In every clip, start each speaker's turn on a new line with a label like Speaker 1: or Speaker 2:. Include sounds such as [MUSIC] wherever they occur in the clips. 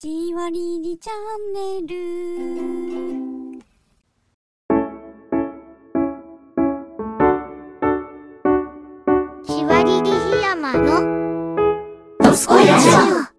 Speaker 1: じわりにチャンネル。
Speaker 2: しわりりひやまの
Speaker 3: ドスコイラジオ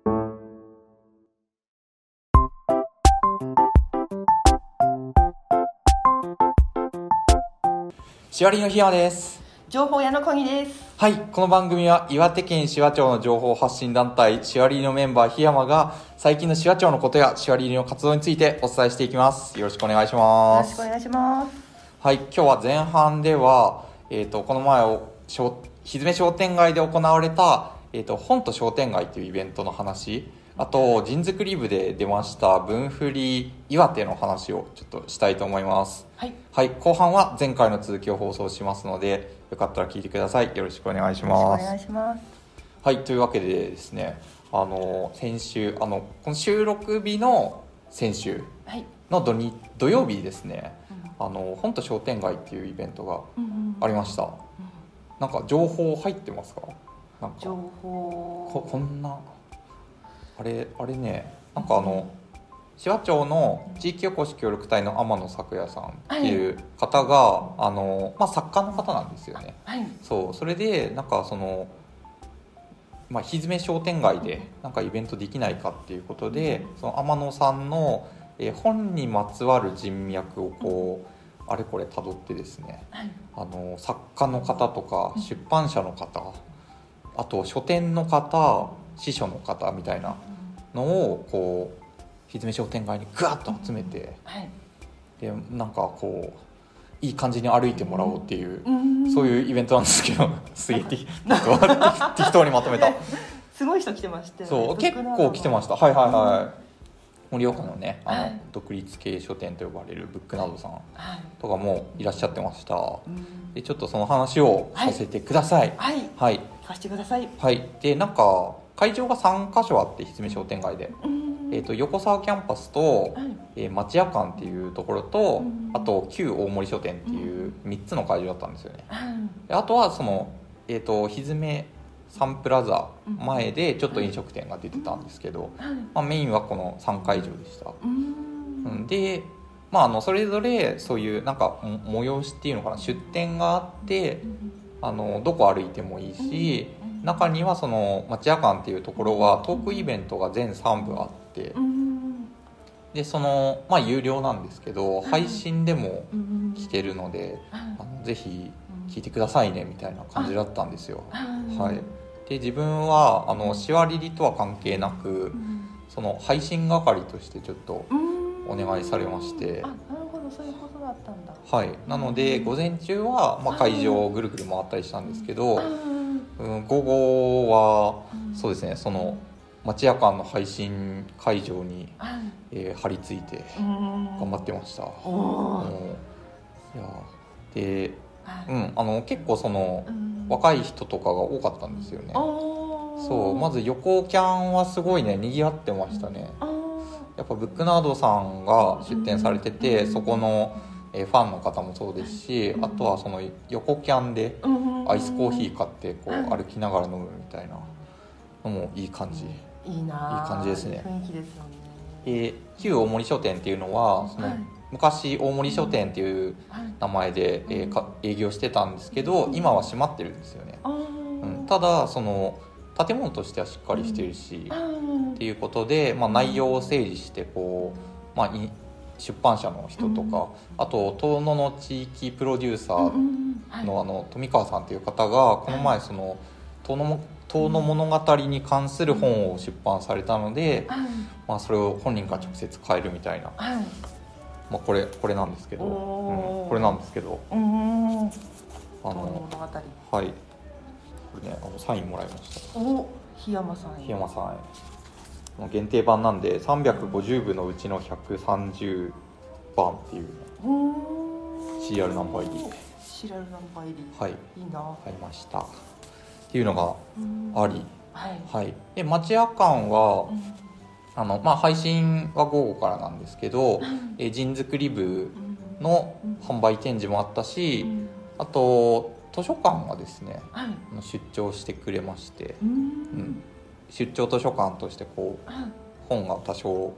Speaker 4: しわりのひやまです。
Speaker 5: 情報屋の小木です。
Speaker 4: はい、この番組は岩手県紫波町の情報発信団体しわりのメンバーひやまが最近の紫波町のことやしわりの活動についてお伝えしていきます。よろしくお願いし
Speaker 5: よ
Speaker 4: ま
Speaker 5: ろし
Speaker 4: す。
Speaker 5: くお願いします。
Speaker 4: はい、今日は前半では、えっ、と、この前を、しょひずめ商店街で行われた、えっ、と、本と商店街というイベントの話、あと、人づくり部で出ました、文振り岩手の話をちょっとしたいと思います。
Speaker 5: はい、
Speaker 4: はい、後半は前回の続きを放送しますので、よかったら聞いてください。よろしくお願いし
Speaker 5: よろしくお
Speaker 4: ます。
Speaker 5: 願いします。
Speaker 4: はい、というわけでですね、あの、先週、あの、この収録日の先週
Speaker 5: はい、
Speaker 4: の土日土曜日ですね、あの、本と商店街っていうイベントがありました。なんか情報入ってますかなんか
Speaker 5: 情
Speaker 4: こ
Speaker 5: 報。
Speaker 4: こんなあれあれねなんかあの紫波町の地域おこし協力隊の天野咲也さんっていう方が、あのまあ、作家の方なんですよね
Speaker 5: はい、
Speaker 4: そうそれでなんかその、まあ、ひずめ商店街でなんかイベントできないかっていうことでその天野さんの、えー本にまつわる人脈をこう、あれこれ辿ってですね
Speaker 5: はい、
Speaker 4: あの作家の方とか出版社の方あと書店の方司書の方みたいなのをこうひずめ商店街にぐわっと集めて
Speaker 5: はい。
Speaker 4: でなんかこういい感じに歩いてもらおうっていう、
Speaker 5: ん
Speaker 4: そういうイベントなんですけ
Speaker 5: [LAUGHS]
Speaker 4: どすげえ適適当にまとめた
Speaker 5: すごい人来てましたよね。
Speaker 4: そう
Speaker 5: ブッ
Speaker 4: 結
Speaker 5: クナー
Speaker 4: 構来てましたはいはいはい盛岡のねあの、
Speaker 5: はい
Speaker 4: 独立系書店と呼ばれるブックなどさん
Speaker 5: はい。
Speaker 4: とかもいらっしゃってました、
Speaker 5: うん
Speaker 4: でちょっとその話をさせてください
Speaker 5: はい、聞
Speaker 4: はい
Speaker 5: かせてください。
Speaker 4: はい、でなんか会場が3か所あってひつめ商店街で、
Speaker 5: うん
Speaker 4: えー、と横沢キャンパスと、
Speaker 5: はい、
Speaker 4: えー町屋館っていうところと、
Speaker 5: うん
Speaker 4: あと旧大森書店っていう3つの会場だったんですよね
Speaker 5: はい
Speaker 4: であとはその、えー、とひずめサンプラザ前でちょっと飲食店が出てたんですけど、
Speaker 5: はい。
Speaker 4: まあ、メインはこの3会場でした
Speaker 5: う
Speaker 4: うんん、で、まあ、あのそれぞれそういうなんかも催しっていうのかな出店があってあのどこ歩いてもいいし中にはその町屋館っていうところはトークイベントが全3部あって
Speaker 5: うん
Speaker 4: でそのまあ有料なんですけど配信でも
Speaker 5: うん
Speaker 4: 聞けるので
Speaker 5: はい
Speaker 4: あのぜひ聞いてくださいねみたいな感じだったんですよ。
Speaker 5: はい
Speaker 4: はい、で自分はあのシワリリとは関係なくその配信係としてちょっと
Speaker 5: うん
Speaker 4: お願いされまして
Speaker 5: あ、なるほど、そういうことだったんだ。
Speaker 4: はい、なので午前中は、まあ、会場をぐるぐる回ったりしたんですけど、
Speaker 5: うん
Speaker 4: うん、午後はそうですねその町屋館の配信会場に、
Speaker 5: はい
Speaker 4: えー張り付いて
Speaker 5: うん
Speaker 4: 頑張ってました。あ
Speaker 5: おお。
Speaker 4: のいやで、
Speaker 5: はい
Speaker 4: うん、あの結構その
Speaker 5: うん
Speaker 4: 若い人とかが多かったんですよね。
Speaker 5: おー
Speaker 4: そうまず横キャンはすごいね賑わってましたね。
Speaker 5: あー
Speaker 4: やっぱブックナードさんが出展されてて、
Speaker 5: うん
Speaker 4: そこの、えーファンの方もそうですし、あとはその横キャンで
Speaker 5: うん
Speaker 4: アイスコーヒー買ってこ
Speaker 5: うん
Speaker 4: う歩きながら飲むみたいなのもいい感じ、
Speaker 5: いいない
Speaker 4: い感じですね
Speaker 5: 雰囲気ですよね
Speaker 4: で旧大森書店っていうのはその、
Speaker 5: はい
Speaker 4: 昔大森書店っていう
Speaker 5: はい
Speaker 4: 名前で、えーか営業してたんですけど今は閉まってるんですよね、
Speaker 5: あ
Speaker 4: うん、
Speaker 5: ー
Speaker 4: ただその建物としてはしっかりしてるし、
Speaker 5: あー
Speaker 4: っていうことで、まあ、内容を整理してこう、まあ、い出版社の人とか、あと遠野の地域プロデューサ
Speaker 5: うんう
Speaker 4: ー
Speaker 5: んはい
Speaker 4: のあの富川さんという方がこの前その遠野も遠野物語に関する本を出版されたので、
Speaker 5: はい
Speaker 4: まあ、それを本人が直接変えるみたいな、
Speaker 5: はい
Speaker 4: まあ、これこれなんですけど、
Speaker 5: おー
Speaker 4: うんこれなんですけど
Speaker 5: うーん
Speaker 4: あ
Speaker 5: 遠野物
Speaker 4: の
Speaker 5: 語
Speaker 4: はいこれねあのサインもらいました。
Speaker 5: お檜山さんへ
Speaker 4: 檜山さんへの限定版なんで350部のうちの130番っていうね
Speaker 5: うーん
Speaker 4: CR ナンバー入り
Speaker 5: シラルナンバー入り
Speaker 4: はい
Speaker 5: いいな
Speaker 4: 買いましたっていうのが
Speaker 5: うん
Speaker 4: あり、
Speaker 5: はい
Speaker 4: はい、で町屋館は
Speaker 5: うん
Speaker 4: あの、まあ、配信は午後からなんですけどえ人づくり部
Speaker 5: うん
Speaker 4: の販売展示もあったしあと図書館がですね
Speaker 5: はい
Speaker 4: あの出張してくれまして、
Speaker 5: うーん
Speaker 4: うん、出張図書館としてこう
Speaker 5: はい
Speaker 4: 本が多少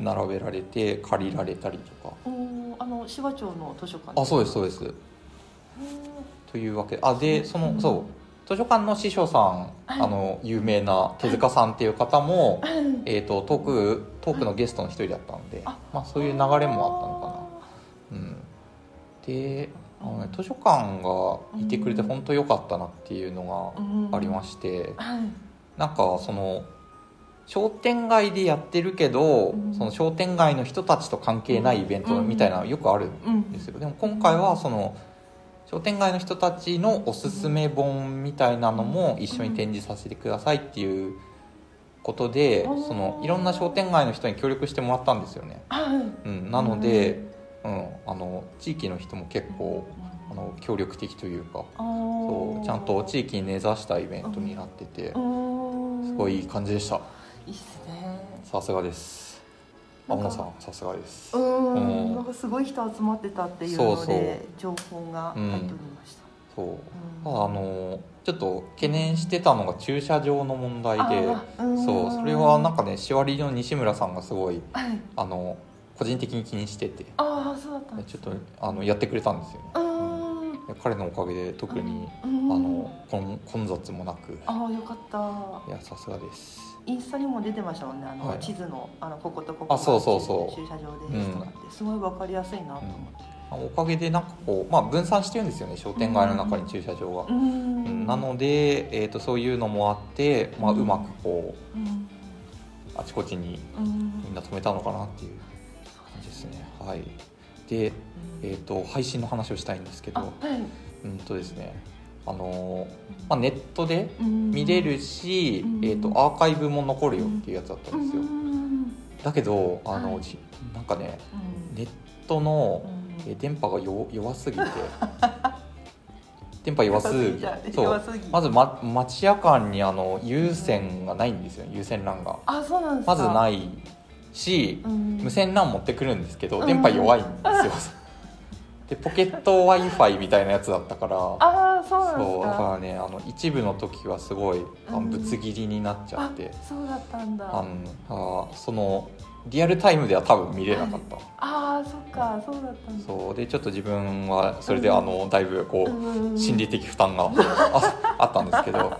Speaker 4: 並べられて借りられたりとか
Speaker 5: おーあの芝町の図書館
Speaker 4: あそうですそう
Speaker 5: う
Speaker 4: ですというわけあでそのそう図書館の師匠さんあの有名な手塚さんっていう方も、えー、とトークトークのゲストの一人だったので、
Speaker 5: あ
Speaker 4: まあ、そういう流れもあったのかな、うん、であの、ね、図書館がいてくれて本当良かったなっていうのがありまして、
Speaker 5: あったのかなはい
Speaker 4: なんかその商店街でやってるけど、
Speaker 5: うん
Speaker 4: その商店街の人たちと関係ないイベントみたいなのよくある
Speaker 5: うん
Speaker 4: ですよ、でも今回はその商店街の人たちのおすすめ本みたいなのも一緒に展示させてくださいっていうことで、
Speaker 5: うん
Speaker 4: そのいろんな商店街の人に協力してもらったんですよね、
Speaker 5: はい
Speaker 4: うん、なので、うんあの地域の人も結構あの協力的というか
Speaker 5: そ
Speaker 4: そうちゃんと地域に根ざしたイベントになってて、す
Speaker 5: す
Speaker 4: ごいいい感じでした
Speaker 5: いいっすね
Speaker 4: さすがです
Speaker 5: な
Speaker 4: 天
Speaker 5: んか
Speaker 4: 野さんさすがです
Speaker 5: うー
Speaker 4: うん
Speaker 5: んなんかすごい人集まってたっていうので情報が入っておりました
Speaker 4: そう
Speaker 5: うん
Speaker 4: ただあのちょっと懸念してたのが駐車場の問題で
Speaker 5: あーん
Speaker 4: そうそれはなんかねしわりの西村さんがすごい
Speaker 5: はい
Speaker 4: あの個人的に気にしてて
Speaker 5: ああそうだったんです
Speaker 4: ちょっとあのやってくれたんですよね
Speaker 5: うーん
Speaker 4: で彼のおかげで特に
Speaker 5: あ
Speaker 4: あの混混雑もなく
Speaker 5: ああよかった
Speaker 4: いやさすがです
Speaker 5: インスタにも出てましたもんねあの、
Speaker 4: はい
Speaker 5: 地図のあのこことここ
Speaker 4: あそうそうそう
Speaker 5: 駐車場ですとかって、すごいわかりやすいなと思って、
Speaker 4: おかげでなんかこう、まあ、分散してるんですよね商店街の中に駐車場が
Speaker 5: う、ん
Speaker 4: うんなので、えー、とそういうのもあって、まあ、うまくこう
Speaker 5: うん
Speaker 4: あちこちに
Speaker 5: うん
Speaker 4: みんな止めたのかなっていう感じですね。はい、で、えー、と配信の話をしたいんですけ
Speaker 5: あ
Speaker 4: ど
Speaker 5: はい
Speaker 4: うんとですね、あのーまあ、ネットで
Speaker 5: うん
Speaker 4: 見れるし、
Speaker 5: うん
Speaker 4: えー、とアーカイブも残るよっていうやつだった
Speaker 5: うん
Speaker 4: ですよ。
Speaker 5: ん
Speaker 4: だけどあの、
Speaker 5: はい
Speaker 4: じなんかね
Speaker 5: うん
Speaker 4: ネットの、
Speaker 5: うん
Speaker 4: えー電波がよ弱すぎ
Speaker 5: [LAUGHS]
Speaker 4: て電波弱すぎ
Speaker 5: 弱すぎ
Speaker 4: そ
Speaker 5: 弱
Speaker 4: う
Speaker 5: すぎ
Speaker 4: まず、ま、町夜間にあの有線がないんですよ有線 LAN が。
Speaker 5: あそうなんですか
Speaker 4: まずないし、
Speaker 5: うん
Speaker 4: 無線 LAN 持ってくるんですけど
Speaker 5: うん
Speaker 4: 電波弱いんですよ、 [LAUGHS] でポケット w i f i みたいなやつだったから
Speaker 5: ああそうなんで
Speaker 4: そう
Speaker 5: す
Speaker 4: だか
Speaker 5: から
Speaker 4: ねあの一部の時はすごいあの
Speaker 5: うん
Speaker 4: ぶつ切りになっちゃって、
Speaker 5: あそうだったんだ
Speaker 4: あのあーそのリアルタイムでは多分見れなかった、
Speaker 5: あーそっかそうだったんだ
Speaker 4: そうでちょっと自分はそれで
Speaker 5: うん
Speaker 4: あのだいぶこう、
Speaker 5: うん
Speaker 4: 心理的負担が [LAUGHS] ああったんですけどでも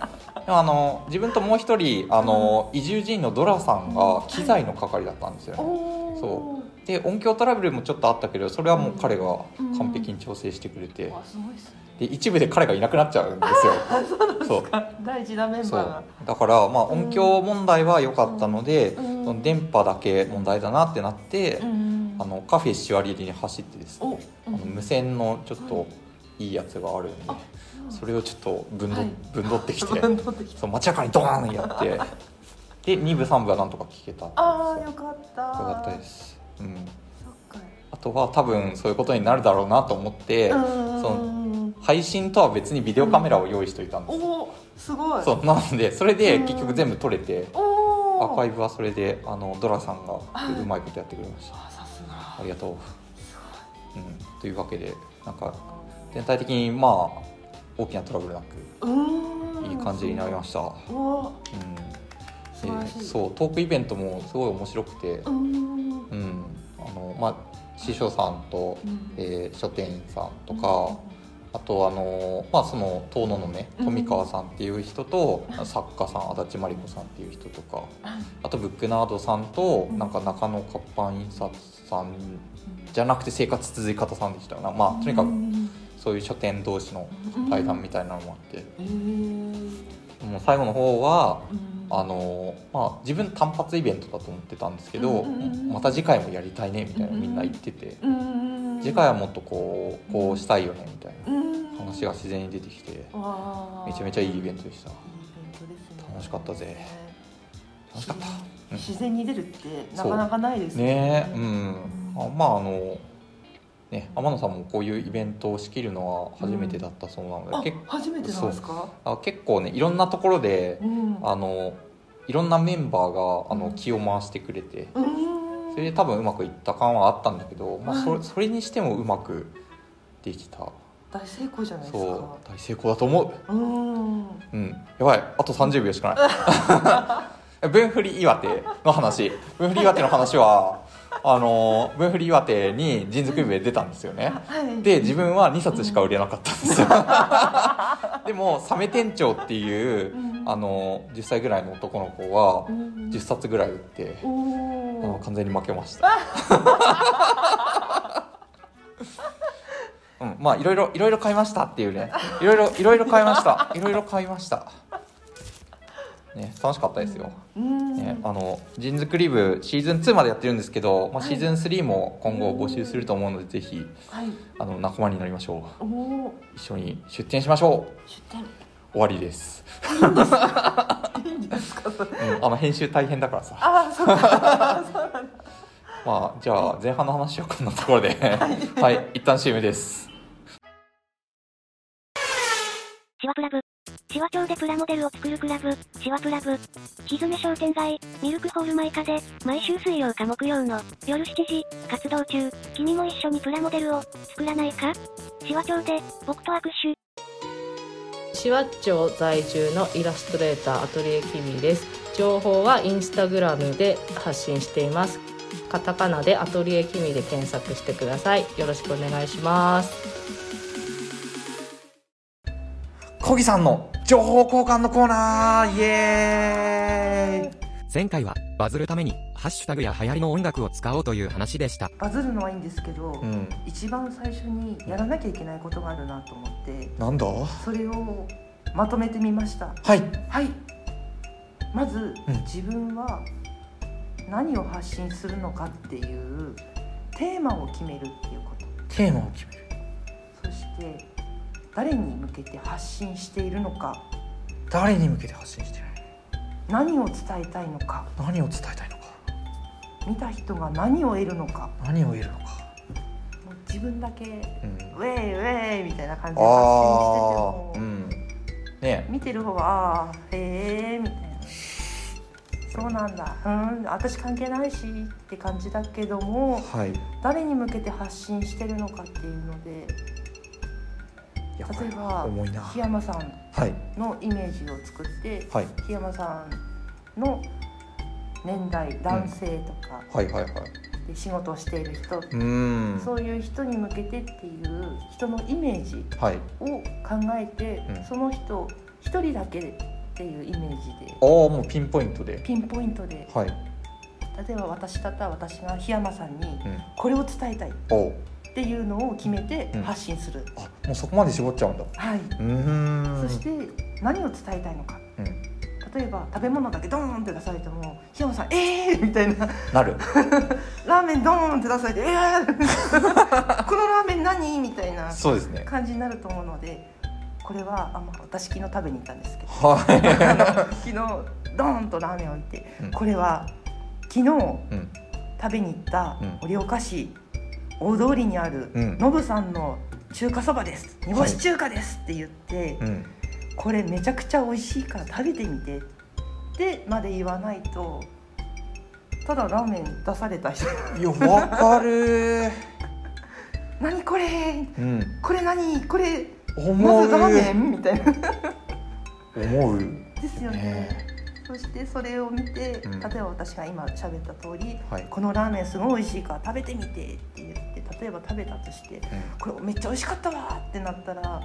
Speaker 4: あの自分ともう一人あの移住人のドラさんが機材の係だったんですよね、
Speaker 5: おー
Speaker 4: そで音響トラブルもちょっとあったけどそれはもう彼が完璧に調整してくれて、
Speaker 5: あすごいっすね
Speaker 4: で一部で彼がいなくなっちゃうんですよ。そう
Speaker 5: 大事なメン
Speaker 4: そ
Speaker 5: バー
Speaker 4: う
Speaker 5: が
Speaker 4: だからまあ音響問題は良かったので、
Speaker 5: うん
Speaker 4: その電波だけ問題だなってなって、
Speaker 5: うん
Speaker 4: あのカフェシュアリリに走ってですね、
Speaker 5: お
Speaker 4: あの無線のちょっといいやつがあるんで、
Speaker 5: あ
Speaker 4: それをちょっとぶんど,、
Speaker 5: はい
Speaker 4: ぶんどってきて
Speaker 5: 運動できた
Speaker 4: そう街中にドーンやってで2部3部はなんとか聞けた
Speaker 5: あ
Speaker 4: そ
Speaker 5: あ
Speaker 4: う
Speaker 5: よかったよ
Speaker 4: よかったです。うん
Speaker 5: そっか
Speaker 4: あとは多分そういうことになるだろうなと思って、その
Speaker 5: の
Speaker 4: 配信とは別にビデオカメラを用意しておいたんです、
Speaker 5: おおすごい
Speaker 4: そうなのでそれで
Speaker 5: うん
Speaker 4: 結局全部撮れて、
Speaker 5: お
Speaker 4: アーカイ
Speaker 5: ブ
Speaker 4: ブはそれであのドラさんが
Speaker 5: いう
Speaker 4: まいことやってくれました、
Speaker 5: あさす
Speaker 4: あ
Speaker 5: が
Speaker 4: りがとう、うん、というわけでなんか全体的にまあ大きなトラブルなく
Speaker 5: うーん
Speaker 4: いい感じになりま
Speaker 5: し
Speaker 4: した、うん
Speaker 5: たおー素
Speaker 4: で
Speaker 5: 晴らしい
Speaker 4: そうトークイベントもすごい面白くて
Speaker 5: う、んうん
Speaker 4: うんあのまあ、師匠さんと、えー書店員さんとか、あとあのまあその遠野のね
Speaker 5: うん
Speaker 4: 富川さんっていう人と、作家さん足立真理子さんっていう人とかあとブックナードさんと、
Speaker 5: うん
Speaker 4: なんか中野活版印刷さんじゃなくて生活続き方さんでしたよなまあとにかくそういう書店同士の対談みたいなのもあって、
Speaker 5: えー
Speaker 4: もう最後の方は
Speaker 5: うん
Speaker 4: あのまあ、自分単発イベントだと思ってたんですけど、
Speaker 5: うんうんうん
Speaker 4: また次回もやりたいねみたいなみんな言ってて、
Speaker 5: うん
Speaker 4: 次回はもっとこうこうしたいよねみたいな
Speaker 5: うん
Speaker 4: 話が自然に出てきて。
Speaker 5: わー
Speaker 4: めちゃめちゃいいイベントでした
Speaker 5: いいイベントですね
Speaker 4: 楽しかったぜ楽しかったうん
Speaker 5: 自然に出るってな
Speaker 4: そう
Speaker 5: かなかないですよ
Speaker 4: ねえうんあまああのね天野さんもこういうイベントを仕切るのは初めてだったそうな
Speaker 5: あ
Speaker 4: ので、結
Speaker 5: 初めてなんですか
Speaker 4: あ結構ねいろんなところで
Speaker 5: うん
Speaker 4: あのいろんなメンバーがあ
Speaker 5: う
Speaker 4: の
Speaker 5: ん
Speaker 4: 気を回してくれて
Speaker 5: うん
Speaker 4: それで多分うまくいった感はあったんだけど、まあ、そ
Speaker 5: は
Speaker 4: れそれにしてもうまくできた
Speaker 5: 大成功じゃないですか
Speaker 4: そう大成功だと思う
Speaker 5: うん
Speaker 4: うんやばいあと30秒しかない [LAUGHS] 文振り岩手の話文振り岩手の話はあの文振り岩手にジーンズクイブで出たんですよね
Speaker 5: はい
Speaker 4: で自分は2冊しか売れなかったん
Speaker 5: [LAUGHS]
Speaker 4: ですよでもサメ店長っていう
Speaker 5: うん
Speaker 4: あの10歳ぐらいの男の子は
Speaker 5: うん
Speaker 4: 10冊ぐらい売って
Speaker 5: お
Speaker 4: あの
Speaker 5: お
Speaker 4: 完全に負けましたうんまあいろいろいろいろ買いましたっていうねいろいろいろいろ買いましたいろいろ買いましたね楽しかったですよ、
Speaker 5: うん
Speaker 4: ね、あのジーンズクリブシーズン2までやってるんですけど、まあ、
Speaker 5: はい
Speaker 4: シーズン3も今後募集すると思うのでぜひ
Speaker 5: はい
Speaker 4: あの仲間になりましょ
Speaker 5: おお
Speaker 4: う一緒に出店しましょう
Speaker 5: 出
Speaker 4: [LAUGHS]
Speaker 5: 店
Speaker 4: 終わりです、
Speaker 5: いいんですかそれ
Speaker 4: うん、あの編集大変だからさ
Speaker 5: ああそうか
Speaker 4: まあじゃあ前半の話はこんなところではい一旦 CM です
Speaker 2: シワプラブ。シワ町でプラモデルを作るクラブ、シワプラブ。ひずめ商店街、ミルクホールマイカで、毎週水曜か木曜の夜7時、活動中、君も一緒にプラモデルを作らないかシワ町で、僕と握手。
Speaker 6: シワッチョ在住のイラストレーターアトリエキミです情報はインスタグラムで発信していますカタカナでアトリエキミで検索してくださいよろしくお願いします
Speaker 4: 小木さんの情報交換のコーナーイエーイ
Speaker 7: 前回はバズるためにハッシュタグや流行りの音楽を使おうという話でした
Speaker 5: バズるのはいいんですけど、
Speaker 4: うん
Speaker 5: 一番最初にやらなきゃいけないことがあるなと思って
Speaker 4: なんだ
Speaker 5: それをまとめてみました
Speaker 4: はい
Speaker 5: はいまず、
Speaker 4: うん
Speaker 5: 自分は何を発信するのかっていうテーマを決めるっていうこと
Speaker 4: テーマを決める
Speaker 5: そして誰に向けて発信しているのか
Speaker 4: 誰に向けて発信してる
Speaker 5: 何を伝えたいのか
Speaker 4: 何を伝えたいのか
Speaker 5: 見た人が何を得るのか
Speaker 4: 何を得るのか、
Speaker 5: もう自分だけウ
Speaker 4: うん、
Speaker 5: ェイウェイみたいな感じで発
Speaker 4: ああ
Speaker 5: 信してて
Speaker 4: う
Speaker 5: も、
Speaker 4: んね
Speaker 5: 見てる方はああへえみたいなそうなんだうん私関係ないしって感じだけども
Speaker 4: はいい
Speaker 5: 誰に向けて発信してるのかっていうので
Speaker 4: や
Speaker 5: 例えば
Speaker 4: 重いな
Speaker 5: 檜山さん
Speaker 4: はい
Speaker 5: のイメージを作って
Speaker 4: はい
Speaker 5: 檜山さんの年代男性とか、
Speaker 4: はいはいはい
Speaker 5: で仕事をしている人、
Speaker 4: うーん
Speaker 5: そういう人に向けてっていう人のイメージ
Speaker 4: はい
Speaker 5: を考えて、
Speaker 4: うん
Speaker 5: その人一人だけっていうイメージで
Speaker 4: ああもうピンポイントで
Speaker 5: ピンポイントで
Speaker 4: はい
Speaker 5: 例えば私だったら私が檜山さんに
Speaker 4: うん
Speaker 5: これを伝えたいっ
Speaker 4: おう
Speaker 5: ていうのを決めて
Speaker 4: うん
Speaker 5: 発信する、
Speaker 4: あもうそこまで絞っちゃうんだ
Speaker 5: はい、
Speaker 4: うーん
Speaker 5: そして何を伝えたいのか
Speaker 4: うん、
Speaker 5: 例えば食べ物だけドーンって出されても檜山さん「ええー!」みたいな
Speaker 4: なる
Speaker 5: 「ラーメンドーンって出されて「ええ
Speaker 4: [LAUGHS]
Speaker 5: ー! 」このラーメン何?」みたいな
Speaker 4: [LAUGHS] そうですね
Speaker 5: 感じになると思うのでこれはあ、まあ、私昨日食べに行ったん
Speaker 4: [LAUGHS]
Speaker 5: ですけど
Speaker 4: はい
Speaker 5: あの昨日ドーンとラーメンを置いて、
Speaker 4: うん
Speaker 5: これは昨日
Speaker 4: うん
Speaker 5: 食べに行った
Speaker 4: うん
Speaker 5: 盛岡市大通りにある
Speaker 4: うん
Speaker 5: ノブさんの中華そばです煮干し中華ですって言って、
Speaker 4: うん
Speaker 5: これめちゃくちゃ美味しいから食べてみてってまで言わないとただラーメン出された人 [LAUGHS]
Speaker 4: いやわかるー
Speaker 5: 何これ
Speaker 4: うん
Speaker 5: これ何これ
Speaker 4: 思
Speaker 5: ま
Speaker 4: う
Speaker 5: ずラーメンみたいな
Speaker 4: 思う
Speaker 5: ですよね
Speaker 4: ね。
Speaker 5: そしてそれを見て、
Speaker 4: うん
Speaker 5: 例えば私が今喋った通り、
Speaker 4: はい
Speaker 5: このラーメンすごい美味しいから食べてみてって言って例えば食べたとして
Speaker 4: うん
Speaker 5: これめっちゃ美味しかったわーってなったら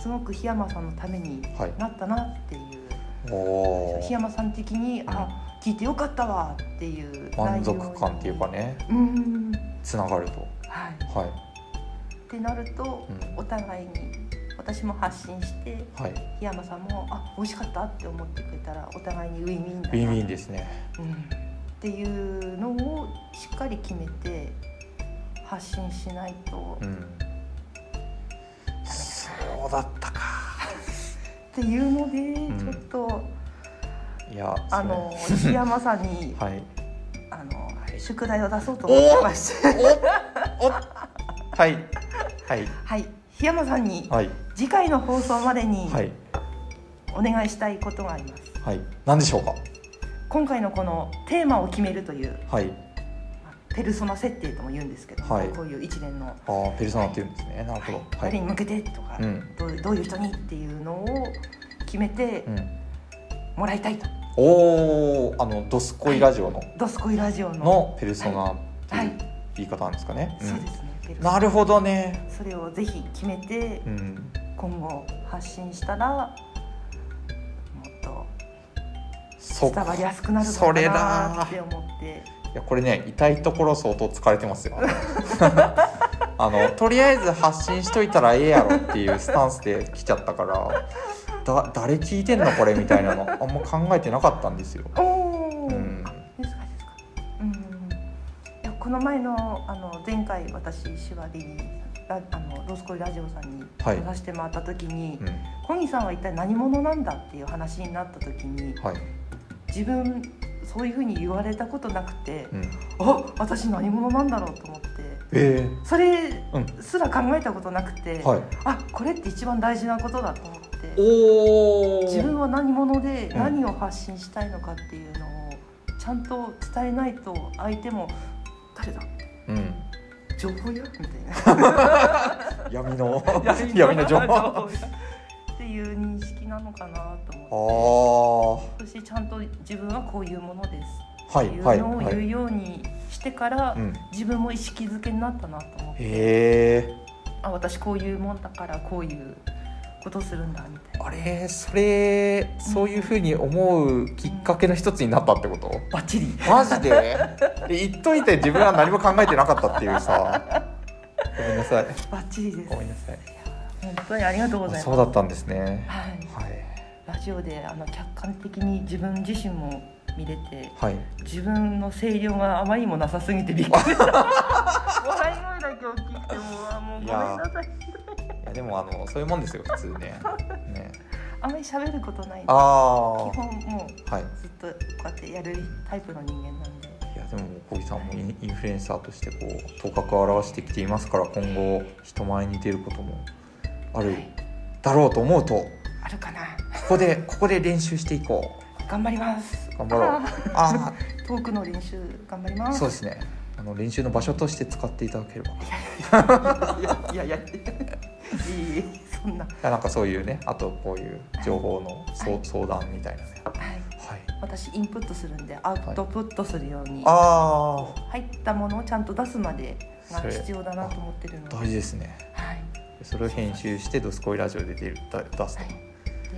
Speaker 5: すごく檜山さんのために
Speaker 4: はい
Speaker 5: なったなっていう
Speaker 4: お
Speaker 5: 檜
Speaker 4: ー
Speaker 5: 山さん的に、あ聞いてよかったわーっていう
Speaker 4: 満
Speaker 5: 内容に
Speaker 4: 足感っていうかね
Speaker 5: うーん
Speaker 4: つながると
Speaker 5: はい
Speaker 4: は
Speaker 5: ってなると、
Speaker 4: うん
Speaker 5: お互いに私も発信して
Speaker 4: いはい
Speaker 5: 檜山さんもあ美味しかったって思ってくれたらお互いにウィンウィンだ
Speaker 4: ウィンウィ
Speaker 5: ン
Speaker 4: ンですね
Speaker 5: っていうのをしっかり決めて発信しないと、
Speaker 4: う
Speaker 5: っ
Speaker 4: んそうだったか
Speaker 5: ていうので、
Speaker 4: ん
Speaker 5: ちょっと
Speaker 4: いや
Speaker 5: あの檜山さんに
Speaker 4: それ [LAUGHS] はい
Speaker 5: あの宿題を出そうと思ってまして
Speaker 4: おおはいはい
Speaker 5: はい檜山さんに
Speaker 4: はい
Speaker 5: 次回の放送までに
Speaker 4: はい
Speaker 5: お願いしたいことがあります、
Speaker 4: はい何でしょうか
Speaker 5: 今回のこのテーマを決めるという
Speaker 4: はい
Speaker 5: ペルソナ設定とも言うんですけど、
Speaker 4: はい
Speaker 5: こういう一連の、
Speaker 4: あーペルソナっていうんですねなるほどは
Speaker 5: 誰
Speaker 4: い
Speaker 5: に向けてとか、
Speaker 4: うん
Speaker 5: どうどういう人にっていうのを決めて
Speaker 4: うん
Speaker 5: もらいたいと
Speaker 4: おおあの「ドスコイラジオの」
Speaker 5: 「ドスコイラジオの」
Speaker 4: のペルソナって
Speaker 5: はいいう
Speaker 4: 言い方なんですかね、うん
Speaker 5: そうですねペルソナ
Speaker 4: なるほどね
Speaker 5: それをぜひ決めて
Speaker 4: うん
Speaker 5: 今後発信したらもっと
Speaker 4: そ
Speaker 5: 伝
Speaker 4: っか
Speaker 5: わりやすくなるの
Speaker 4: そ
Speaker 5: か
Speaker 4: れ
Speaker 5: な
Speaker 4: だ
Speaker 5: って思って
Speaker 4: いやこれね痛いところ相当疲れてますよあのとりあえず発信しといたらええやろっていうスタンスで来ちゃったからだ誰聞いてんのこれみたいなのあんま考えてなかったんですよ、
Speaker 5: おお、
Speaker 4: うん、
Speaker 5: ですかですかうんいやこの前のあの前回私シワリリーラあのロスコイラジオさんに
Speaker 4: はい
Speaker 5: 出させてもらった時に、
Speaker 4: うん
Speaker 5: コニーさんは一体何者なんだっていう話になった時に
Speaker 4: はい、
Speaker 5: 自分そういうふうに言われたことなくて、
Speaker 4: うん、
Speaker 5: あ私何者なんだろうと思って
Speaker 4: え
Speaker 5: それ
Speaker 4: うん
Speaker 5: すら考えたことなくて、
Speaker 4: えはい
Speaker 5: あこれって一番大事なことだと思って
Speaker 4: おお
Speaker 5: 自分は何者で
Speaker 4: うん
Speaker 5: 何を発信したいのかっていうのをちゃんと伝えないと相手も誰だ
Speaker 4: うん
Speaker 5: 情報よみ
Speaker 4: 闇の
Speaker 5: たいな
Speaker 4: 闇の情報
Speaker 5: 報っていう認識なのかなと思って
Speaker 4: あ
Speaker 5: そしてちゃんと自分はこういうものです
Speaker 4: あは
Speaker 5: って
Speaker 4: い
Speaker 5: いう
Speaker 4: はい
Speaker 5: のを
Speaker 4: は
Speaker 5: 言う
Speaker 4: い、
Speaker 5: ようにしてから、
Speaker 4: うん、
Speaker 5: 自分も意識づけになったなと思って
Speaker 4: へえ
Speaker 5: あ私こういうもんだからこういうことするんだみたいな
Speaker 4: あれそれそういうふうに思うきっかけの一つになったってこと、
Speaker 5: バッチリ
Speaker 4: マジでで言っといて自分は何も考えてなかったっていうさごめんなさい
Speaker 5: バッチリです
Speaker 4: ごめ
Speaker 5: 本
Speaker 4: んなさい
Speaker 5: 当にありがとうございます
Speaker 4: そうだったんですね
Speaker 5: はい、
Speaker 4: はい
Speaker 5: ラジオであの客観的に自分自身も見れて
Speaker 4: はい
Speaker 5: 自分の声量があまりにもなさすぎてびっくりした笑い声だけ大きくてもうあもうごめんなさい
Speaker 4: いやでもあのそういうもんですよ普通 [LAUGHS] ねね
Speaker 5: あまり喋ることない基
Speaker 4: ああは
Speaker 5: 本もう
Speaker 4: い
Speaker 5: ずっとこうやってやるタイプの人間なんで
Speaker 4: いやでも小木さんもインインフルエンサーとしてこう頭角を現してきていますから今後人前に出ることもあるだろうと思うとこ
Speaker 5: あるかな
Speaker 4: こ
Speaker 5: [LAUGHS]
Speaker 4: でここで練習していこ
Speaker 5: 頑張ります
Speaker 4: う頑張ろう
Speaker 5: あ
Speaker 4: あ
Speaker 5: ートークの練習頑張りま
Speaker 4: あ
Speaker 5: す
Speaker 4: そうですねあの練習の場所として使っていただければ
Speaker 5: いやいやいいいそんなはい
Speaker 4: やなんかそういうねあとこういう情報のそう相談みたいなね
Speaker 5: い
Speaker 4: はい
Speaker 5: 私インプットするんでアウトプットするように、
Speaker 4: ああ
Speaker 5: 入ったものをちゃんと出すまでが必要だなと思ってるので、は
Speaker 4: 大
Speaker 5: い、
Speaker 4: 事ですねそれを編集して「どすこいラジオ」で出るだ出すと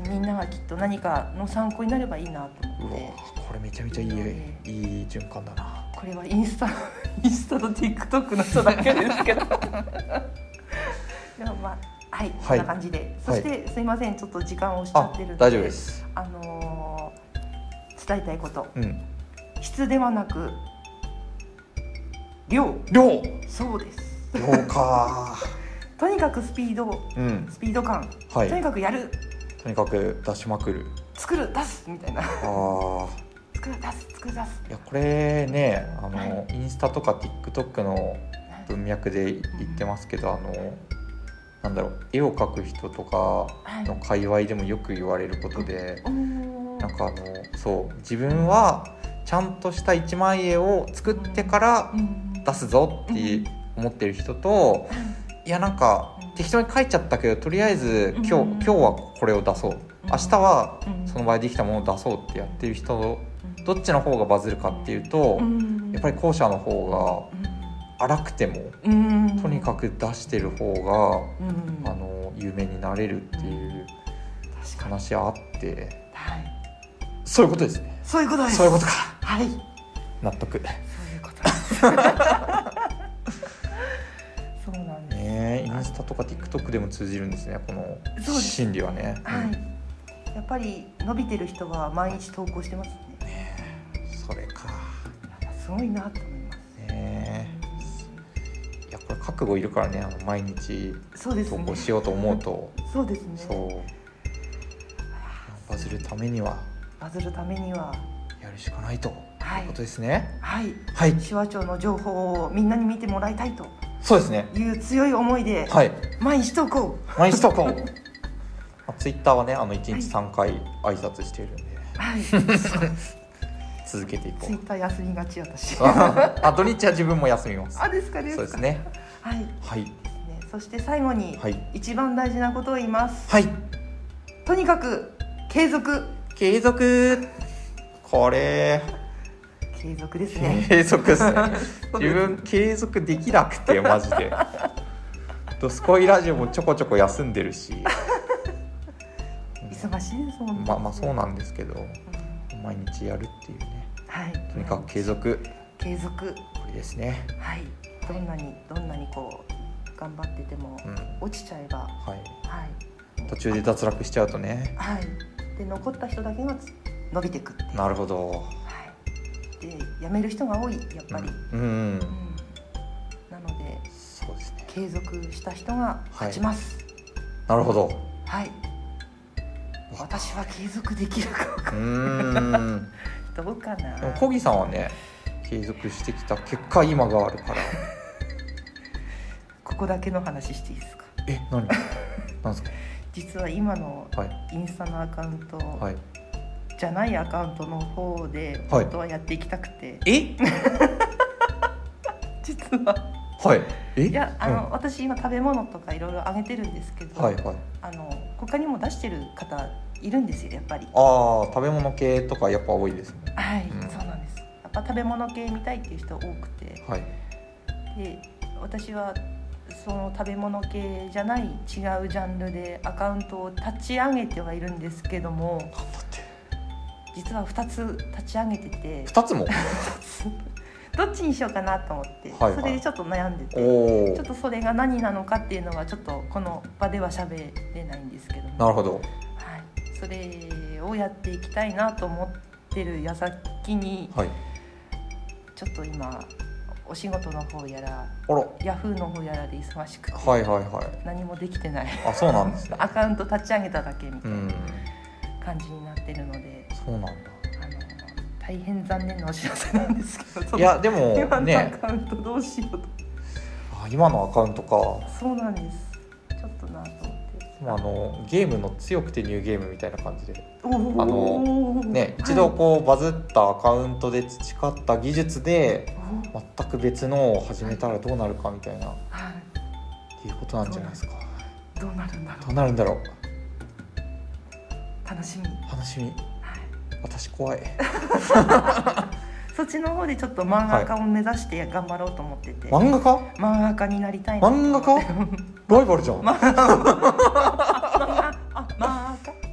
Speaker 5: でみんながきっと何かの参考になればいいなと
Speaker 4: う
Speaker 5: 思っ
Speaker 4: わ
Speaker 5: て
Speaker 4: これめちゃめちゃいい
Speaker 5: ね
Speaker 4: いい循環だな
Speaker 5: これはインスタ [LAUGHS] インスタと TikTok の人だけですけど [LAUGHS] でもまあはい、こんな感じでそして、すいませんちょっと時間を押しちゃ
Speaker 4: あ
Speaker 5: ってるので
Speaker 4: 大丈夫です
Speaker 5: あのー伝えたいこと
Speaker 4: うん
Speaker 5: 質ではなく量
Speaker 4: 量
Speaker 5: そうです
Speaker 4: 量か
Speaker 5: とにかくスピード
Speaker 4: うん
Speaker 5: スピード感、
Speaker 4: はい
Speaker 5: とにかくやる
Speaker 4: とにかく出しまくる
Speaker 5: 作る出すみたいな
Speaker 4: ああ
Speaker 5: 作る出す作る出す
Speaker 4: いやこれねあのインスタとか TikTok の文脈で言ってますけどあのなんだろう絵を描く人とか
Speaker 5: はい
Speaker 4: の界隈でもよく言われることで
Speaker 5: おー
Speaker 4: なんかあのそう自分はちゃんとした一枚絵を作ってから
Speaker 5: うん
Speaker 4: 出すぞって思ってる人といやなんか
Speaker 5: うん
Speaker 4: 適当に描いちゃったけどとりあえず今日
Speaker 5: うん
Speaker 4: 今日はこれを出そう明日は
Speaker 5: うん
Speaker 4: その場合できたものを出そうってやってる人
Speaker 5: うん
Speaker 4: どっちの方がバズるかっていうと
Speaker 5: うん
Speaker 4: やっぱり後者の方が荒くても
Speaker 5: うん
Speaker 4: とにかく出してる方が
Speaker 5: うん
Speaker 4: あの有名になれるっていう
Speaker 5: 確かに
Speaker 4: 話あって
Speaker 5: はい
Speaker 4: そういうことですね
Speaker 5: そういうことです
Speaker 4: そういうことか [LAUGHS]
Speaker 5: はい
Speaker 4: 納得ね
Speaker 5: そういうことですそうなんです
Speaker 4: えインスタとか TikTok でも通じるんですねこの
Speaker 5: そうです
Speaker 4: 心理はね、うん
Speaker 5: はいやっぱり伸びてる人は毎日投稿してますね
Speaker 4: それか
Speaker 5: すごいなと思います
Speaker 4: ねえいやこれ覚悟いるからねあの毎日
Speaker 5: そうです
Speaker 4: 投
Speaker 5: ね
Speaker 4: 稿しようと思うと
Speaker 5: そうですね
Speaker 4: そうバズるためには
Speaker 5: バズるためには
Speaker 4: やるしかないという
Speaker 5: はい
Speaker 4: ことですね
Speaker 5: はい
Speaker 4: はい
Speaker 5: 手話町の情報をみんなに見てもらいたいと
Speaker 4: そうですね
Speaker 5: いう強い思いで
Speaker 4: はい
Speaker 5: 毎日投稿
Speaker 4: 毎日投稿ツイッターはねあの1日3回挨拶しているんで
Speaker 5: は
Speaker 4: [LAUGHS]
Speaker 5: いツイ
Speaker 4: 続けていこう
Speaker 5: ッター休みがち私
Speaker 4: あ土日は自分も休みます
Speaker 5: あですかで
Speaker 4: そ
Speaker 5: すか
Speaker 4: うですね
Speaker 5: はいで
Speaker 4: はい
Speaker 5: すねそして最後に、
Speaker 4: はい
Speaker 5: 一番大事なことを言います
Speaker 4: はい
Speaker 5: とにかく継続
Speaker 4: 継続これ
Speaker 5: 継続です
Speaker 4: [LAUGHS]
Speaker 5: ね。
Speaker 4: 継続っすね自分継続できなくてマジで「ドスコイラジオ」もちょこちょこ休んでるし
Speaker 5: 忙しいですもんね。
Speaker 4: まあまあそうなん
Speaker 5: で
Speaker 4: ですけど毎日やるっていうね
Speaker 5: はい。
Speaker 4: とにかく継続
Speaker 5: 継
Speaker 4: こ
Speaker 5: 続
Speaker 4: れですね
Speaker 5: はい。どんなにどんなにこう頑張ってても
Speaker 4: うん
Speaker 5: 落ちちゃえばは
Speaker 4: はい
Speaker 5: い
Speaker 4: 途中で脱落しちゃうとね
Speaker 5: はい。で残った人だけがつ伸びてくっていう。
Speaker 4: なるほど
Speaker 5: はい。で辞める人が多いやっぱり。
Speaker 4: うん、うん
Speaker 5: う、んなので
Speaker 4: そうですね
Speaker 5: 継続した人が勝ちます。
Speaker 4: なるほど
Speaker 5: はい。私は継続できるかわか
Speaker 4: うーん
Speaker 5: どうかな
Speaker 4: でも小木さんはね継続してきた結果今があるから
Speaker 5: ここだけの話していいですか
Speaker 4: え何 [LAUGHS] なんですか
Speaker 5: 実は今の
Speaker 4: はい
Speaker 5: インスタのアカウント
Speaker 4: はい
Speaker 5: じゃないアカウントの方で
Speaker 4: はい
Speaker 5: 本当はやっていきたくて、
Speaker 4: え
Speaker 5: 実は
Speaker 4: はいえ
Speaker 5: いやあの、私今食べ物とかいろいろあげてるんですけ
Speaker 4: う
Speaker 5: ど、
Speaker 4: んはいはい
Speaker 5: あの他にも出してる方いるんですよやっぱり
Speaker 4: ああ食べ物系とかやっぱ多いですね
Speaker 5: はい、
Speaker 4: うん
Speaker 5: そうなんですやっぱ食べ物系見たいっていう人多くて
Speaker 4: はい
Speaker 5: で私はその食べ物系じゃない違うジャンルでアカウントを立ち上げてはいるんですけども
Speaker 4: 頑張って
Speaker 5: 実は2つ立ち上げてて [LAUGHS]
Speaker 4: 二つも
Speaker 5: どっちにしようかなと思って、
Speaker 4: はいはい
Speaker 5: それでちょっと悩んで
Speaker 4: お
Speaker 5: て
Speaker 4: お
Speaker 5: ちょっとそれが何なのかっていうのはちょっとこの場では喋れないんですけども、
Speaker 4: な
Speaker 5: は
Speaker 4: るほど
Speaker 5: い、それをやっていきたいなと思ってる矢先に
Speaker 4: はい
Speaker 5: ちょっと今お仕事の方やら
Speaker 4: あら
Speaker 5: ヤフーの方やらで忙しくて、
Speaker 4: はいはいはい
Speaker 5: 何もできてない
Speaker 4: あそうなんですね
Speaker 5: アカウント立ち上げただけみた
Speaker 4: う
Speaker 5: いなん感じになってるので、
Speaker 4: そうなんだ
Speaker 5: あの大変残念なお知らせなんですけどちょっと
Speaker 4: いやでも
Speaker 5: 今のア
Speaker 4: ね
Speaker 5: カウントどうしようと、
Speaker 4: あ今のアカウントか
Speaker 5: そうなんですちょっとなと思って
Speaker 4: でもあのゲームの強くてニューゲームみたいな感じで
Speaker 5: あの
Speaker 4: のね一度こうバズったアカウントで培った技術で
Speaker 5: はい
Speaker 4: 全く別のを始めたらどうなるかみたいなっ
Speaker 5: は
Speaker 4: ていうことなんじゃないですか
Speaker 5: い、どうなるんだろ
Speaker 4: どうなるんだろ
Speaker 5: う楽しみ、は
Speaker 4: う楽しみ
Speaker 5: い、
Speaker 4: 私怖い
Speaker 5: そっちの方でちょっと漫画家を目指して頑張ろうと思ってて、
Speaker 4: 漫画家
Speaker 5: 漫画家になりたいな
Speaker 4: 漫画 [LAUGHS] 家ライバルじゃん、
Speaker 5: あ漫画家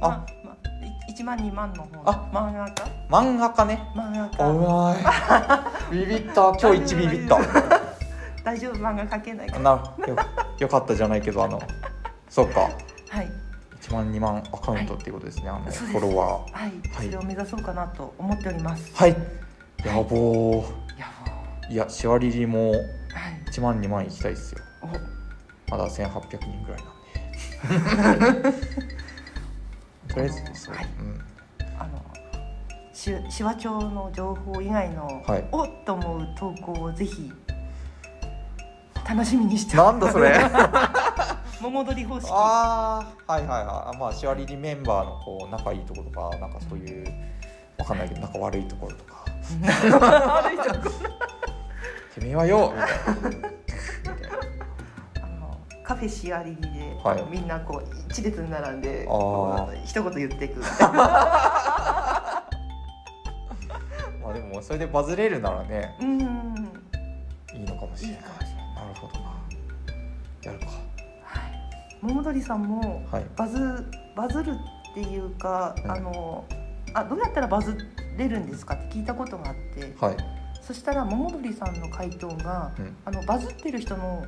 Speaker 4: あ
Speaker 5: ままい一万二万の方の
Speaker 4: あ
Speaker 5: 漫画家
Speaker 4: 漫画家ね
Speaker 5: 漫
Speaker 4: あう
Speaker 5: 画
Speaker 4: [LAUGHS]
Speaker 5: 家
Speaker 4: まいビビった今日一ビビった
Speaker 5: 大丈夫漫画描けないから
Speaker 4: [LAUGHS] なよよかったじゃないけどあのそっか
Speaker 5: はい
Speaker 4: 1万2万アカウントっていうことですね、あの
Speaker 5: そう
Speaker 4: フ
Speaker 5: です
Speaker 4: ォロワー
Speaker 5: はい、
Speaker 4: はい
Speaker 5: それを目指そうかなと思っております
Speaker 4: はいやぼー
Speaker 5: や
Speaker 4: いやシワリリも
Speaker 5: ばはい
Speaker 4: 1万2万いきたいっすよ
Speaker 5: お
Speaker 4: まだ1800人ぐらいなん [LAUGHS] でとりあえずそう、
Speaker 5: はい
Speaker 4: うん、
Speaker 5: あのし手話帳の情報以外の、
Speaker 4: はい
Speaker 5: おっと思う投稿をぜひ楽しみにして
Speaker 4: なんだそれ
Speaker 5: 桃取り方式は
Speaker 4: ああはいはいはいあまあシワリリメンバーのこう仲いいところとかなんかそういうわかんないけど仲悪いところとか [LAUGHS] 「てめえはよ」みたいなみたいな
Speaker 5: あのカフェシアリリで、
Speaker 4: はい
Speaker 5: みんなこう一列に並んで
Speaker 4: あー
Speaker 5: こう一言言ってい
Speaker 4: [LAUGHS]
Speaker 5: く
Speaker 4: まあでもそれでバズれるならね
Speaker 5: うんはい
Speaker 4: いいのかもしれない
Speaker 5: いいかもしれな
Speaker 4: な
Speaker 5: い
Speaker 4: るほどなやるか
Speaker 5: 桃取さんも
Speaker 4: はい
Speaker 5: バズバズるっていうか、
Speaker 4: うん
Speaker 5: あのあどうやったらバズれるんですかって聞いたことがあって
Speaker 4: はい
Speaker 5: そしたら桃取さんの回答が、
Speaker 4: うん
Speaker 5: あのバズってる人の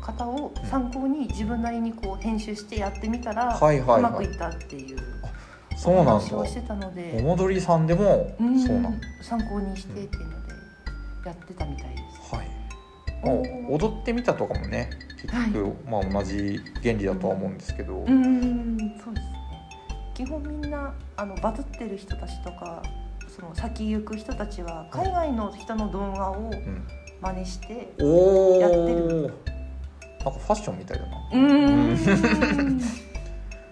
Speaker 5: 方を参考に自分なりにこう編集してやってみたら、
Speaker 4: はいはいう
Speaker 5: ま
Speaker 4: は
Speaker 5: く
Speaker 4: い
Speaker 5: いったっていう
Speaker 4: そうなんだ
Speaker 5: 話をしてたので
Speaker 4: お戻りさんでも
Speaker 5: うん
Speaker 4: そうなんだ
Speaker 5: 参考にしてっていうのでやってたみたいです。
Speaker 4: はい、まあ、
Speaker 5: おー
Speaker 4: 踊ってみたとかもね結局、まあ、同じ原理だとは思うんですけど、
Speaker 5: うーんそうですね基本みんなあのバズってる人たちとかその先行く人たちは海外の人の動画を
Speaker 4: ん
Speaker 5: 真似して
Speaker 4: おお
Speaker 5: やって
Speaker 4: なんかファッションみたいだな
Speaker 5: うーんです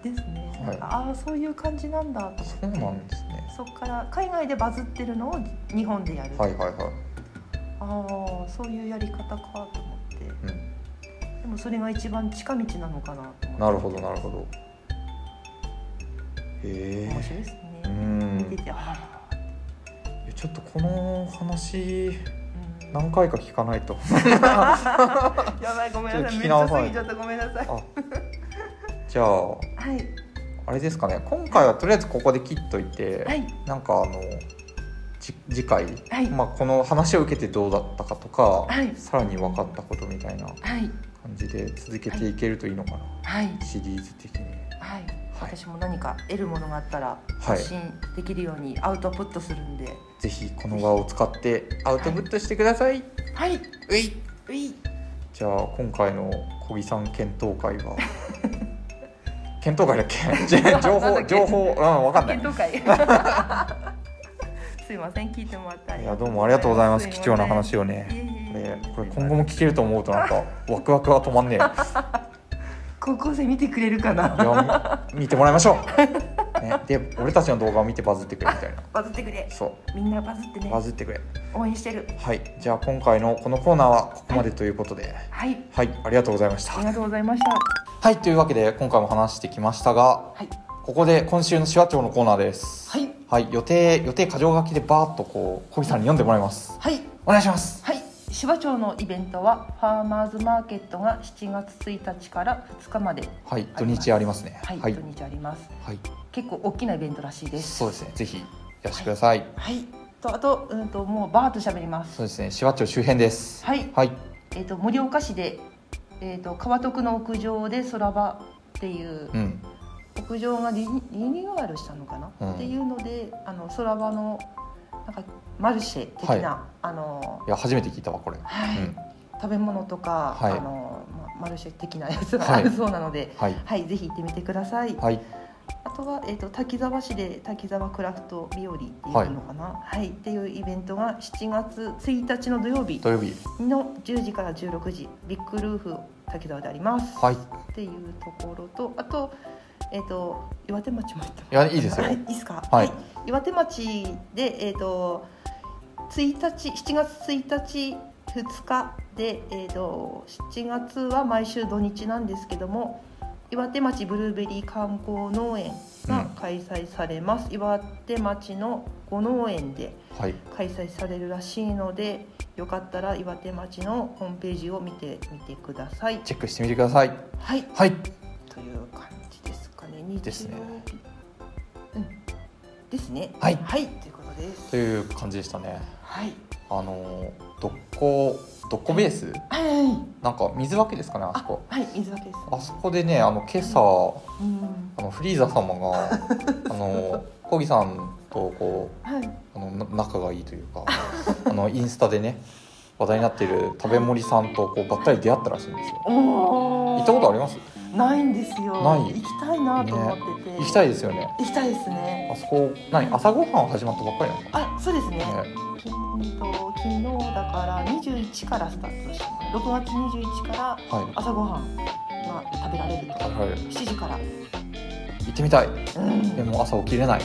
Speaker 5: ね、
Speaker 4: はい
Speaker 5: ああそういう感じなんだと
Speaker 4: そうなんですね
Speaker 5: そっから海外でバズってるのを日本でやる、
Speaker 4: はいはいはい、
Speaker 5: ああそういうやり方かと思って
Speaker 4: うん、
Speaker 5: でもそれが一番近道なのかなと思って
Speaker 4: なるほどなるほどへ
Speaker 5: 面白いですね
Speaker 4: えう、ん
Speaker 5: 見ててあ
Speaker 4: ちょっとこの話何回か聞かないと [LAUGHS]
Speaker 5: やばいごめんなさい
Speaker 4: ちょっと聞き
Speaker 5: めっちゃ
Speaker 4: 直さ
Speaker 5: 過
Speaker 4: ない
Speaker 5: ぎちゃったごめんなさい
Speaker 4: あじゃあ
Speaker 5: はい
Speaker 4: あれですかね今回はとりあえずここで切っといて、
Speaker 5: はい
Speaker 4: なんかあのじ次回、
Speaker 5: はい
Speaker 4: まあ、この話を受けてどうだったかとか、
Speaker 5: はい
Speaker 4: さらに分かったことみたいな
Speaker 5: はい
Speaker 4: 感じで続けていけるといいのかな、
Speaker 5: はい
Speaker 4: シリーズ的に
Speaker 5: はい
Speaker 4: はい
Speaker 5: 私も何か得るものがあったら発信できるようにアウトプットするんで
Speaker 4: ぜひこの場を使ってアウトプットしてください、
Speaker 5: はいう
Speaker 4: いう
Speaker 5: い
Speaker 4: じゃあ今回の小木さん検討会
Speaker 5: [LAUGHS]
Speaker 4: は検討会だっけじゃあ情
Speaker 5: なんだ
Speaker 4: 報
Speaker 5: っけ
Speaker 4: 情報うん分かんない
Speaker 5: 検討会 [LAUGHS] すいません聞いてもらった
Speaker 4: いやどうもありがとうございます
Speaker 5: ま
Speaker 4: 貴
Speaker 5: せん
Speaker 4: 重な話をね
Speaker 5: いえいえいえ
Speaker 4: ねこれ今後も聞けると思うとなんかワクワクは止まんねえい
Speaker 5: 高校生見てくれるかな
Speaker 4: やみ見てもらいましょう、
Speaker 5: [LAUGHS]
Speaker 4: ね、で俺たちの動画を見てバズってくれみたいな
Speaker 5: バズってくれ
Speaker 4: そ
Speaker 5: みんなバズって
Speaker 4: う
Speaker 5: ね
Speaker 4: バズってくれ
Speaker 5: 応援してる
Speaker 4: はいじゃあ今回のこのコーナーはここまでということで
Speaker 5: はい
Speaker 4: はいありがとうございました
Speaker 5: ありがとうございました
Speaker 4: はいというわけで今回も話してきましたが
Speaker 5: はい
Speaker 4: ここで今週の手話帳のコーナーです
Speaker 5: はい
Speaker 4: はい予定予定箇条書きでバーッとこう小木さんに読んでもらいます
Speaker 5: はい
Speaker 4: お願いします
Speaker 5: はい芝町のイベントはファーマーズマーケットが7月1日から2日まで
Speaker 4: はい土日ありますね
Speaker 5: はい、
Speaker 4: はい
Speaker 5: 土、日あります
Speaker 4: はい
Speaker 5: 結構大きなイベントらしいです
Speaker 4: そうですね。ぜひいらしてください。
Speaker 5: はいとあとうんともうバーッと喋ります
Speaker 4: そうですね。紫波町周辺です。
Speaker 5: はい
Speaker 4: はい。
Speaker 5: えっ、と盛岡市でえっ、と川徳の屋上で空場っていう
Speaker 4: うん。
Speaker 5: 屋上がリニリニューアルしたのかな、
Speaker 4: うん
Speaker 5: っていうのであの空場のなんかマルシェ的な、あの
Speaker 4: いや初めて聞いたわこれ。
Speaker 5: はい、
Speaker 4: うん
Speaker 5: 食べ物とか、
Speaker 4: はい
Speaker 5: あのまマルシェ的なやつが
Speaker 4: は
Speaker 5: あ
Speaker 4: い
Speaker 5: るそうなので、
Speaker 4: はい。
Speaker 5: はいぜひ行ってみてください、
Speaker 4: はい。
Speaker 5: あとは、えー、と滝沢市で滝沢クラフト日和っていうのかな、はいっていうイベントが7月1日の土曜日
Speaker 4: 土曜日。
Speaker 5: の10時から16時ビッグルーフ滝沢であります、
Speaker 4: はい。
Speaker 5: っていうところとあと,、えー、と岩手町も行ってます
Speaker 4: いやいいですよ
Speaker 5: はい、いいですか。
Speaker 4: はい
Speaker 5: 岩手町でえっ、と1日7月1日2日でえっ、と7月は毎週土日なんですけども岩手町ブルーベリー観光農園が開催されます。岩手町の五農園で
Speaker 4: はい。
Speaker 5: 開催されるらしいので、よかったら岩手町のホームページを見てみてください。
Speaker 4: チェックしてみてください。
Speaker 5: はい。
Speaker 4: はい。
Speaker 5: という感じですかね。日曜日
Speaker 4: ですね
Speaker 5: うん。ですね。
Speaker 4: はい
Speaker 5: はい、ということです。
Speaker 4: という感じでしたね。
Speaker 5: はい。
Speaker 4: あのーどっこどっこベース
Speaker 5: はい。
Speaker 4: なんか水分けですかねあそ
Speaker 5: あ
Speaker 4: こ。、
Speaker 5: はい、水分けです、ね。
Speaker 4: あそこでねあの今朝あ
Speaker 5: うん。
Speaker 4: のフリーザ様が [LAUGHS] あの小木さんとこう
Speaker 5: はい。
Speaker 4: あのな仲がいいというか [LAUGHS] あのインスタでね話題になっている食べ盛りさんとこうばったり出会ったらしいんですよ。
Speaker 5: おお。
Speaker 4: 行ったことあります
Speaker 5: ないんですよ。
Speaker 4: ない
Speaker 5: 行きたいなと思ってて。
Speaker 4: 行きた
Speaker 5: い。
Speaker 4: いですよね
Speaker 5: 行きたいですね。
Speaker 4: あそこ何朝ごはん始まったばっかりなの
Speaker 5: あ、そうですね。
Speaker 4: かね
Speaker 5: きんと昨日だから21からスタートします。6月21から
Speaker 4: は
Speaker 5: 朝ごはんが食べられると
Speaker 4: い、
Speaker 5: か。
Speaker 4: はい、
Speaker 5: 7時から。
Speaker 4: 行ってみたい
Speaker 5: うん。
Speaker 4: でも朝起きれない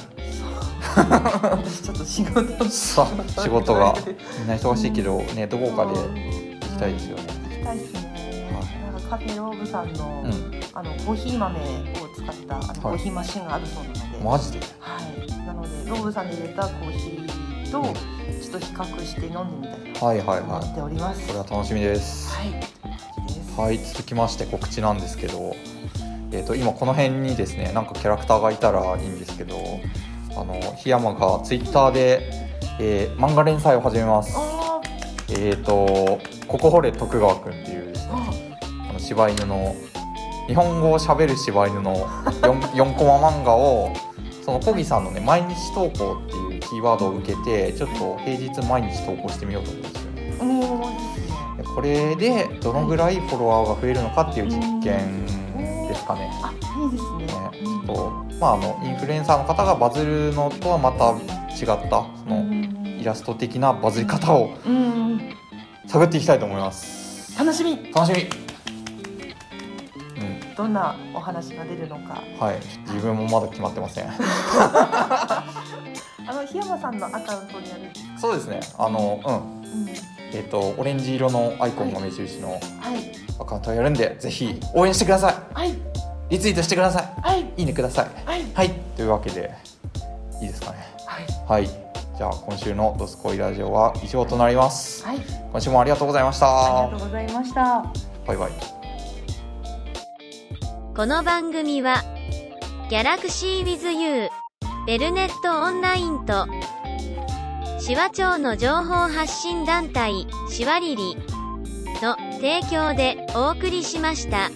Speaker 5: 私ちょっと仕事
Speaker 4: さあ仕事がみんな忙しいけどねどこかで行きたいですよね
Speaker 5: 行きたいですね、
Speaker 4: は
Speaker 5: なんかカフェローブさんの,、
Speaker 4: うん
Speaker 5: あのコーヒー豆を使ったあの、コーヒーマシンがあるそうなので、
Speaker 4: マジで
Speaker 5: はい、なのでローブさんに入れたコーヒーとちょっと比較して飲んでみたいな
Speaker 4: はいはい
Speaker 5: と思って
Speaker 4: は
Speaker 5: おりま
Speaker 4: い
Speaker 5: す、
Speaker 4: これ
Speaker 5: は
Speaker 4: は楽しみです
Speaker 5: いという感じです
Speaker 4: はい続きまして告知なんですけどえっ、と今この辺にですねなんかキャラクターがいたらいいんですけどあの檜山がツイッターで、えー漫画連載を始めます
Speaker 5: あ
Speaker 4: えー、と「ここ掘れ徳川くん」っていうですね
Speaker 5: ー
Speaker 4: あの柴犬の日本語をしゃべる柴犬の 4, 四 [LAUGHS] コマ漫画をそのコギさんのね毎日投稿っていうキーワードを受けてちょっと平日毎日投稿してみようと思うんですよね
Speaker 5: あおーいいですね
Speaker 4: でこれでどのぐらいフォロワーが増えるのかっていう実験ですかね
Speaker 5: あいいですね
Speaker 4: ね
Speaker 5: うん
Speaker 4: とまああのインフルエンサーの方がバズるのとはまた違ったそのイラスト的なバズり方を
Speaker 5: うんうん
Speaker 4: 探っていきたいと思います
Speaker 5: 楽しみ
Speaker 4: 楽しみうん
Speaker 5: どんなお話が出るのか
Speaker 4: はい、自分もまだ決まってません。 [LAUGHS]
Speaker 5: あの檜山さんのアカウントでやる、
Speaker 4: そうですね。あの、うん、
Speaker 5: うん、
Speaker 4: えっ、と、オレンジ色のアイコンが目印の
Speaker 5: はい
Speaker 4: アカウントをやるんで、ぜひ応援してくださ
Speaker 5: はい
Speaker 4: い。リツイートしてくださ
Speaker 5: はい
Speaker 4: い。いいねください。
Speaker 5: はい
Speaker 4: はい、というわけで、いいですかね。
Speaker 5: は
Speaker 4: は
Speaker 5: い
Speaker 4: い、じゃあ今週の「ドスコイラジオ」は以上となります
Speaker 5: はい、
Speaker 4: 今週もありがとうございました
Speaker 5: ありがとうございました。
Speaker 4: バイバイ
Speaker 1: この番組はギャラクシーウィズユーベルネットオンラインとシワ町の情報発信団体シワリリの提供でお送りしました。